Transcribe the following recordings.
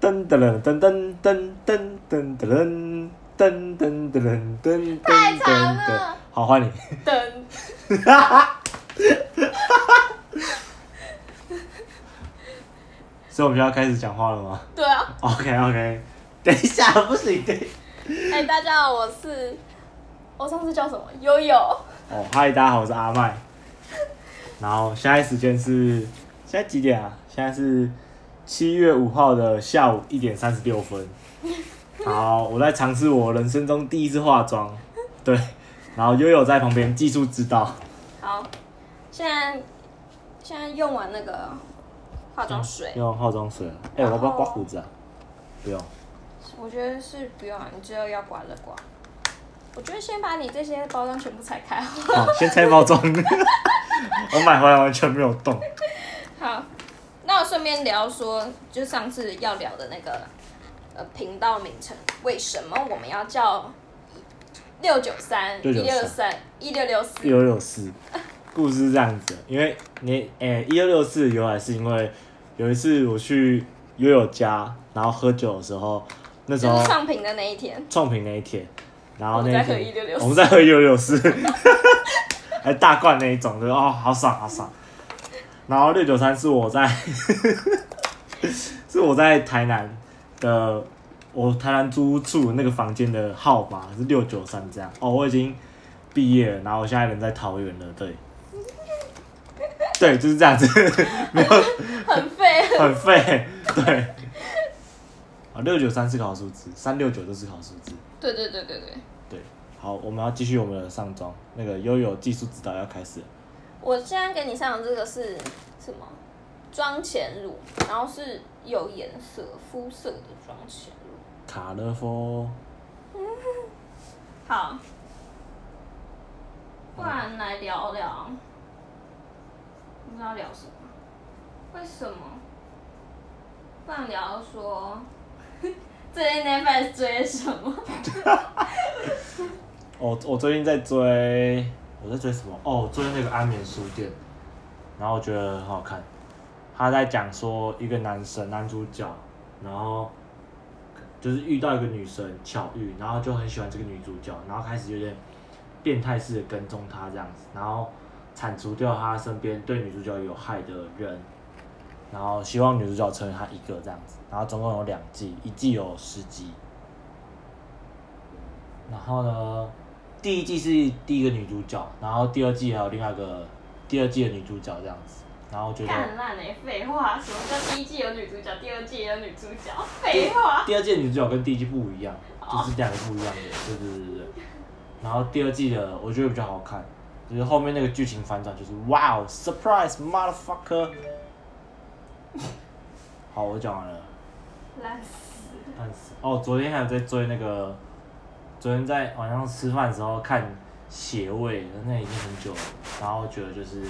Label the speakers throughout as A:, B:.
A: 噔噔噔噔噔噔噔噔噔噔噔噔噔，
B: 太长了。
A: 好，换你。
B: 等，
A: 所以我们就要开始讲话了吗
B: 对啊，
A: ？OK OK，等一下，不行，等一下。
B: 哎、大家好，我是我上次叫什么？悠悠，
A: 哦，嗨，大家好，我是阿麦。然后现在时间是现在几点啊？现在是七月五号的下午一点三十六分。好，我在尝试我人生中第一次化妆，对。然后悠悠在旁边技术指导，
B: 好，现在现在用完那个化妆水，
A: 用化妆水了。哎、我要不要刮胡子啊？不 用。
B: 我觉得是不用啊，你只有要刮的刮。我觉得先把你这些包装全部拆开哦好了。
A: 好，先拆包装。 我买回来完全没有动。
B: 好，那我顺便聊说，就上次要聊的那个呃频道名称，为什么我们要叫六九三、一六三、一六六四？
A: 六六四，故事是这样子的，因为你诶一六六四由来是因为有一次我去悠悠家，然后喝酒的时候，那时
B: 就
A: 候
B: 是创频的那一天，
A: 创品那一天，然后
B: 我
A: 那一
B: 们在喝
A: 天
B: 1664
A: 我们在喝一六六四， 还大罐那一种的哦，好爽好爽。然后六九三是我在 是我在台南的我台南租屋处那个房间的号码是六九三这样哦，我已经毕业了，然后我现在人在桃园了， 对，对，就是这样子， 没有
B: 很废。
A: 很废，对，啊六九三是个好数字，三六九都是个好数字，
B: 对对对对对，
A: 对，好，我们要继续我们的上妆，那个悠悠技术指导要开始了。
B: 我现在给你上的这个是什么？妆前乳，然后是有颜色、肤色的妆前乳。
A: 卡勒夫，
B: 好，不然来聊聊，不知道聊什么？为什么？不然聊说 最近 Netflix 追什么？
A: 我哦我最近在追，我在追什么？哦，我追那个《安眠书店》，然后我觉得很好看。他在讲说一个男生男主角，然后就是遇到一个女生巧遇，然后就很喜欢这个女主角，然后开始有点变态式的跟踪她这样子，然后铲除掉他身边对女主角有害的人，然后希望女主角成为他一个这样子，然后总共有两季，一季有十集。然后呢，第一季是第一个女主角，然后第二季还有另外一个第二季的女主角这样子，然后觉得
B: 看很烂哎、废话，什么叫第一季有女主角，第二季也有女主角？废话，
A: 第二季的女主角跟第一季不一样，就是两个不一样的，对对对对对。然后第二季的我觉得比较好看，就是后面那个剧情反转，就是哇哦，surprise motherfucker。好，我讲完了，
B: 烂死！
A: 但是哦，昨天还有在追那个，昨天在晚上吃饭的时候看《血味》，那已经很久了，然后觉得就是，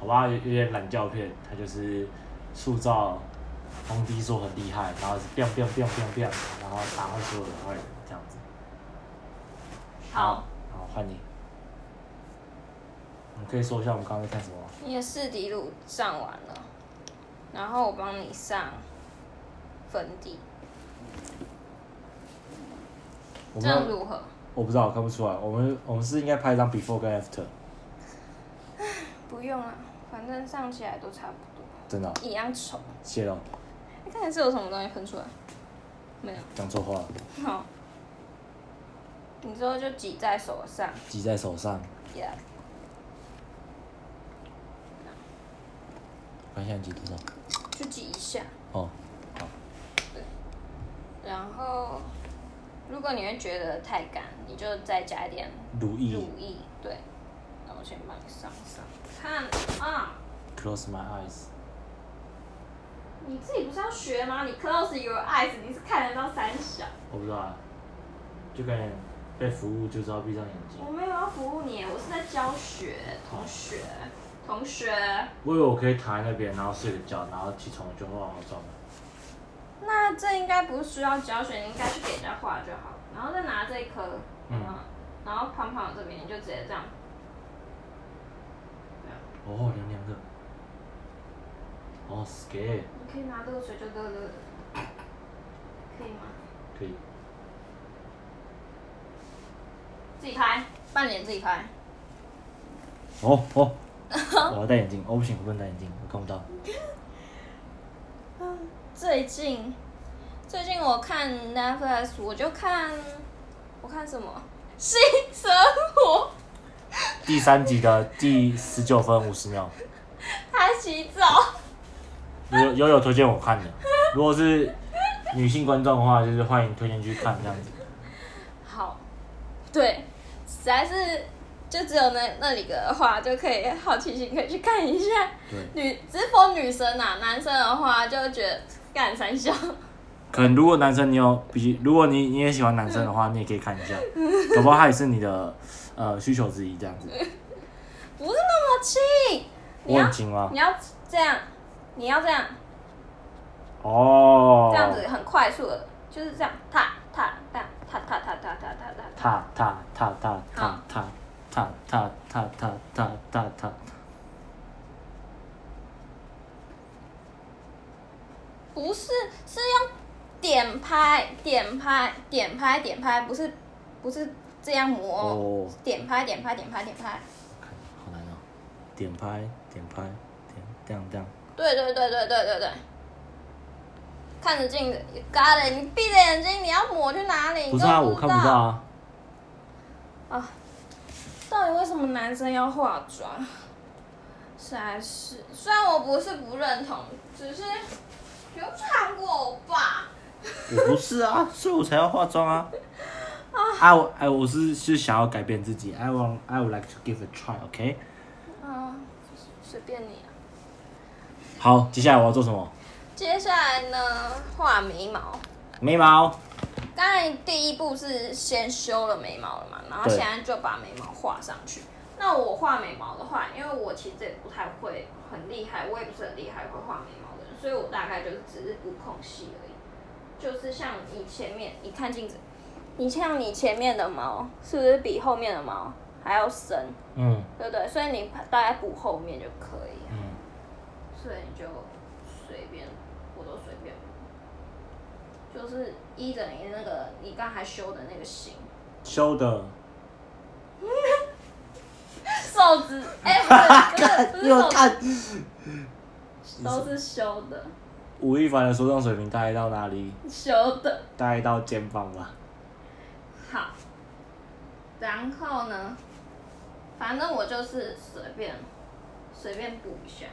A: 好吧，有有点懒觉片，它就是塑造红迪说很厉害，然后是 biang biang biang biang biang，然后打坏所有的坏人这样子。
B: 好，
A: 好，换你。你可以说一下我们刚刚在看什么吗？
B: 你的四底乳上完了，然后我帮你上粉底，
A: 我
B: 这样
A: 们
B: 如何？
A: 我不知道，我看不出来。我们我们是应该拍一张 before 跟 after，
B: 不用啊，反正上起来都差不多。
A: 真的哦、
B: 一样丑。
A: 谢了，
B: 你看是有什么东西喷出来？没有。
A: 讲错话了，
B: 好，你之后就挤在手上
A: 挤在手上。
B: ，yeah，
A: 看现在挤多少？
B: 就挤一下。
A: 哦，
B: 然后，如果你会觉得太干，你就再加一点
A: 如意
B: 乳液。对，那我先帮你上上。看啊，
A: ，close my eyes。
B: 你自己不是要学吗？你 close your eyes，你是看得到三小。
A: 我不知道啊，就感觉被服务就知道闭上眼睛。
B: 我没有要服务你，我是在教学同学，同学。
A: 我以为我可以躺在那边，然后睡个觉，然后起床就化好妆了。
B: 那这应该不是需要教学，你应该去给人家画就好，然后再拿这一颗，
A: 嗯
B: 嗯，然后胖胖的这边你就直接这样，啊这样
A: 哦，凉凉的。哦，scare。
B: 你可以拿这个水就乐乐，
A: 可以。
B: 自己拍，半脸自己拍。
A: 哦哦，我要戴眼镜，哦不行，我不能戴眼镜，我看不到。
B: 最近，最近我看 Netflix，我就看，我看什么？新生活，
A: 第三集的第十九分五十秒，
B: 他洗澡。
A: 有有有推荐我看的，如果是女性观众的话，就是欢迎推荐去看这样子。
B: 好，对，实在是就只有那那里的话，就可以好奇心可以去看一下。
A: 对，
B: 女只是疯女生啊，男生的话就觉得干三笑。
A: 可能如果男生你有比，如果你你也喜欢男生的话，你也可以看 一下，搞不好他也是你的呃需求之一这样 子。
B: 不是那么轻，你
A: 我
B: 要
A: 很轻吗
B: 你？要这样，你要这样，
A: 哦，
B: 这样子很快速的，就是这样踏踏踏踏踏踏踏踏踏
A: 踏
B: 踏。
A: 踏踏踏踏踏踏踏踏踏踏踏踏。
B: 不是，是用点拍、点拍、点拍、点拍，不是不是这样磨，
A: 哦，
B: 点拍、点拍、点拍、点拍。
A: 看好难哦，点拍点拍点这样这样。
B: 对对对对对对对。看着镜子，you，got it！你闭着眼睛，你要抹去哪里？
A: 不
B: 你
A: 是
B: 都
A: 啊，我看不到
B: 到。
A: 啊。
B: 啊，到底为什么男生要化妆？实在是，虽然我不是不认同，只是有看过我爸。
A: 我不是啊，所以我才要化妆 啊。啊，我哎，我是是想要改变自己。I want, I would like to give a try. OK。
B: 嗯，随便你啊。
A: 好，接下来我要做什么？
B: 接下来呢，画眉毛。
A: 眉毛。
B: 当然，第一步是先修了眉毛了嘛，然后
A: 对
B: 现在就把眉毛画上去。那我画眉毛的话，因为我其实也不太会很厉害，我也不是很厉害会画眉毛的人，所以我大概就是只是补空隙而已。就是像你前面，你看镜子，你像你前面的毛是不是比后面的毛还要深，
A: 嗯
B: 对不对？所以你大概补后面就可以了，
A: 嗯，
B: 所以你就随便，我都随便，就是依着你那个你刚才修的那个型。
A: 修的。
B: 瘦子，哎、不是，不是，不是
A: 又
B: 瘦子，
A: 看。
B: 都是修的，
A: 吴亦凡的说唱水平大概到哪里？
B: 修的。
A: 大概到肩膀吧。
B: 好，然后呢，反正我就是随便随便补一下，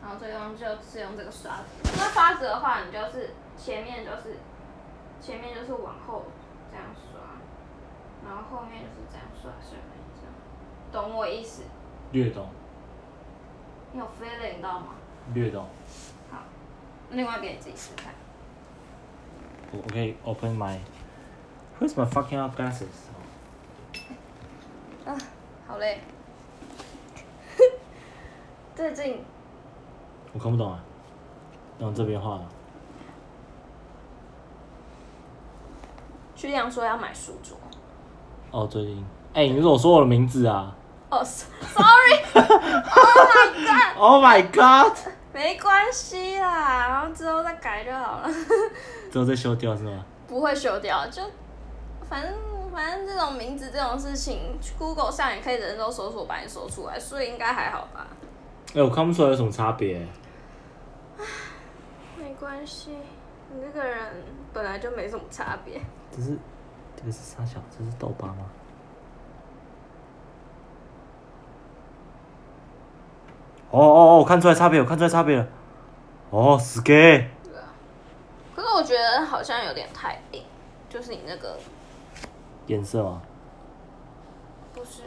B: 然后最用就是用这个刷子。那刷子的话，你就是前面就是前面就是往后这样刷，然后后面就是这样刷下来，这样，懂我意思？
A: 略懂，
B: 你有 feeling 到吗？
A: 略懂。
B: 好，另外一边自己试看。
A: 我我可以 open my。Where's my fucking up glasses？
B: 啊，好嘞。 最近
A: 我看不懂啊。用这边画的。
B: 曲阳说要买书桌。
A: 哦，最近。哎、你怎么说我的名字啊
B: 哦、s o r r y oh my god，
A: ？Oh my god！
B: 没关系啦，然后之后再改就好了，
A: 之后再修掉是吗？
B: 不会修掉，就反正反正这种名字这种事情，Google 上也可以人肉搜索把你搜出来，所以应该还好吧。
A: 哎、我看不出来有什么差别、
B: 没关系，你这个人本来就没什么差别。
A: 这是这个是沙小，这是痘疤吗？哦哦哦，我看出来差别了，我看出来差别了。哦，死 gay，
B: 可是我觉得好像有点太硬，就是你那个
A: 颜色吗？
B: 不是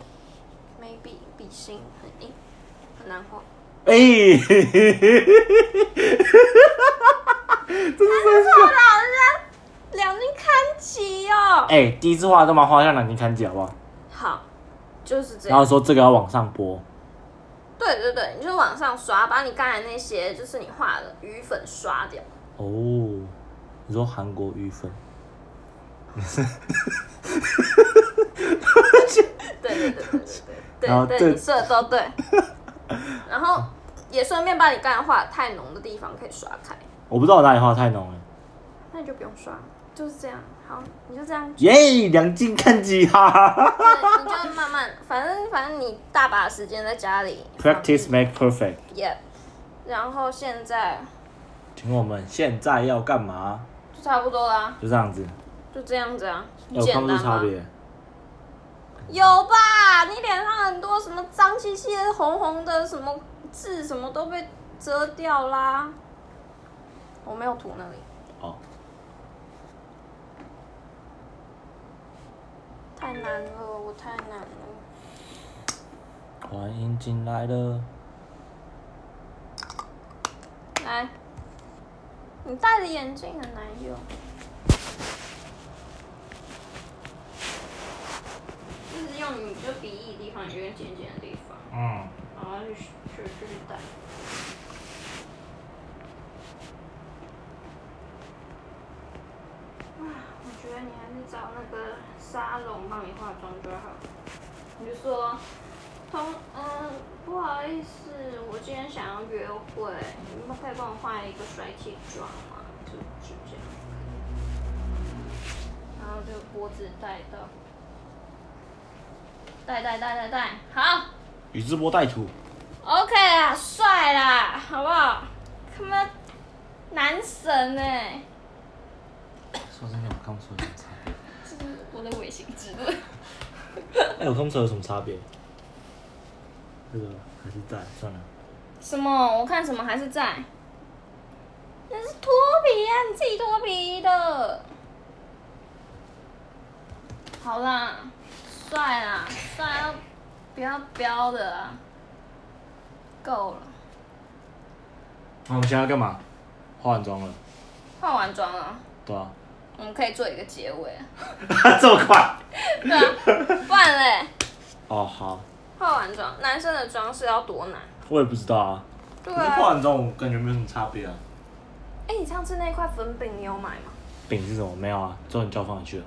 B: ，maybe 笔芯很硬，很难画。
A: 哎、嘿嘿嘿嘿嘿嘿嘿这是
B: 我老人两斤看齐哦。
A: 哎、第一次画都蛮画像南京看姐好不好？
B: 好，就是这
A: 然后
B: 样。
A: 说这个要往上拨，
B: 对对对，你就往上刷，把你刚才那些就是你画的余粉刷掉。
A: 哦，你说韩国语粉，
B: 对对对对对对
A: 然后
B: 对对
A: 这
B: 对，你说的都 对。然后也顺便把你刚才画的太浓的地方可以刷开，
A: 我不知道我哪里画太浓了，
B: 那你就不用刷。就是这样。好，你就这样，
A: 耶，两斤看几啊哈
B: 对你就慢慢，反正反正你大把时间在家里
A: ，practice make perfect。
B: Yep。然后现在
A: 请问我们现在要干嘛？
B: 就差不多啦，
A: 就这样子，
B: 就这样子啊，很
A: 有看
B: 简
A: 不出
B: 单
A: 差
B: 吗？
A: 别。
B: 有吧？你脸上很多什么脏兮兮的、红红的，什么痣什么都被遮掉啦。我没有涂那里，
A: 哦，
B: 太难了，我太难了。
A: 欢迎进来了。
B: 来，你戴着眼镜很难用。就是用你就鼻翼的地方，你就用尖尖的地方，
A: 嗯，
B: 然后啊去去去戴。啊，我觉得你还是找那个沙龙帮你化妆就好。你就说，同嗯，不好意思，我今天想要约会，你们可以帮我化一个帅气妆吗？就就这样。然后就脖子带到，带带带带带，好。
A: 宇智波带土，
B: OK 啦，帅啦，好不好？他妈男神呢、
A: 说真的，我看不出有什么差别。
B: 这是我的违心之论。
A: 哎、我看不出有什么差别。这个还是在算了。
B: 什么？我看什么还是在？那是脱皮啊，你自己脱皮的。好啦，帅啦，帅到不要标的啦，够了，
A: 那我们现在要干嘛？化完妆了，
B: 化完妆了，
A: 对啊。
B: 我们可以做一个结尾啊。
A: 这么快？
B: 对啊，不然嘞，
A: 哦，好，
B: 化完妆，男生的妆是要多难？
A: 我也不知道啊。
B: 对
A: 可是
B: 啊。
A: 化完妆我感觉没什么差别啊。
B: 哎、你上次那一块粉饼你有买吗？
A: 饼是什么？没有啊，之后你叫我放你去了，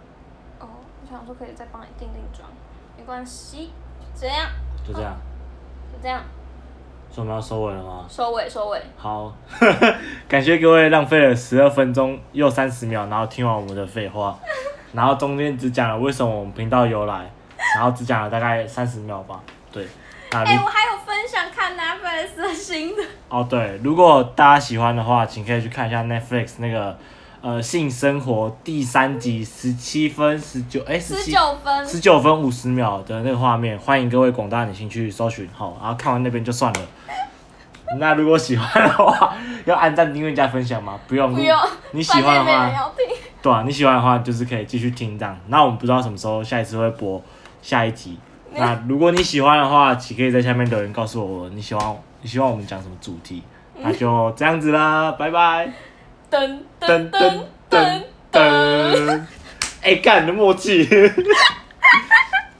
B: 哦，我想说可以再帮你定定妆，没关系。这样，
A: 就这样。
B: 就这样，
A: 所以我们要收尾了吗？
B: 收尾，收尾。
A: 好， 感谢各位浪费了十二分钟又三十秒，然后听完我们的废 话，然后中间只讲了为什么我们频道由来，然后只讲了大概三十秒吧。对，啊，
B: 哎、
A: 如
B: 我还有分享看 Netflix 的新的，
A: 哦对，如果大家喜欢的话，请可以去看一下 Netflix 那个呃《性生活》第三集十七分十九哎十
B: 十
A: 七
B: 九分，
A: 十九分五十秒的那个画面，欢迎各位广大女性去搜寻，好，然后看完那边就算了。那如果喜欢的话，要按赞、订阅、加分享吗？不用，
B: 不用。
A: 你喜欢的
B: 反正也没人
A: 话，
B: 要听。
A: 对啊，你喜欢的话就是可以继续听这样。那我们不知道什么时候下一次会播下一集。那如果你喜欢的话，请可以在下面留言告诉我你喜欢你希望我们讲什么主题。那就这样子啦，拜拜。
B: 噔
A: 噔噔
B: 噔噔
A: 噔
B: 噔噔。
A: 噔，哎，干你的默契。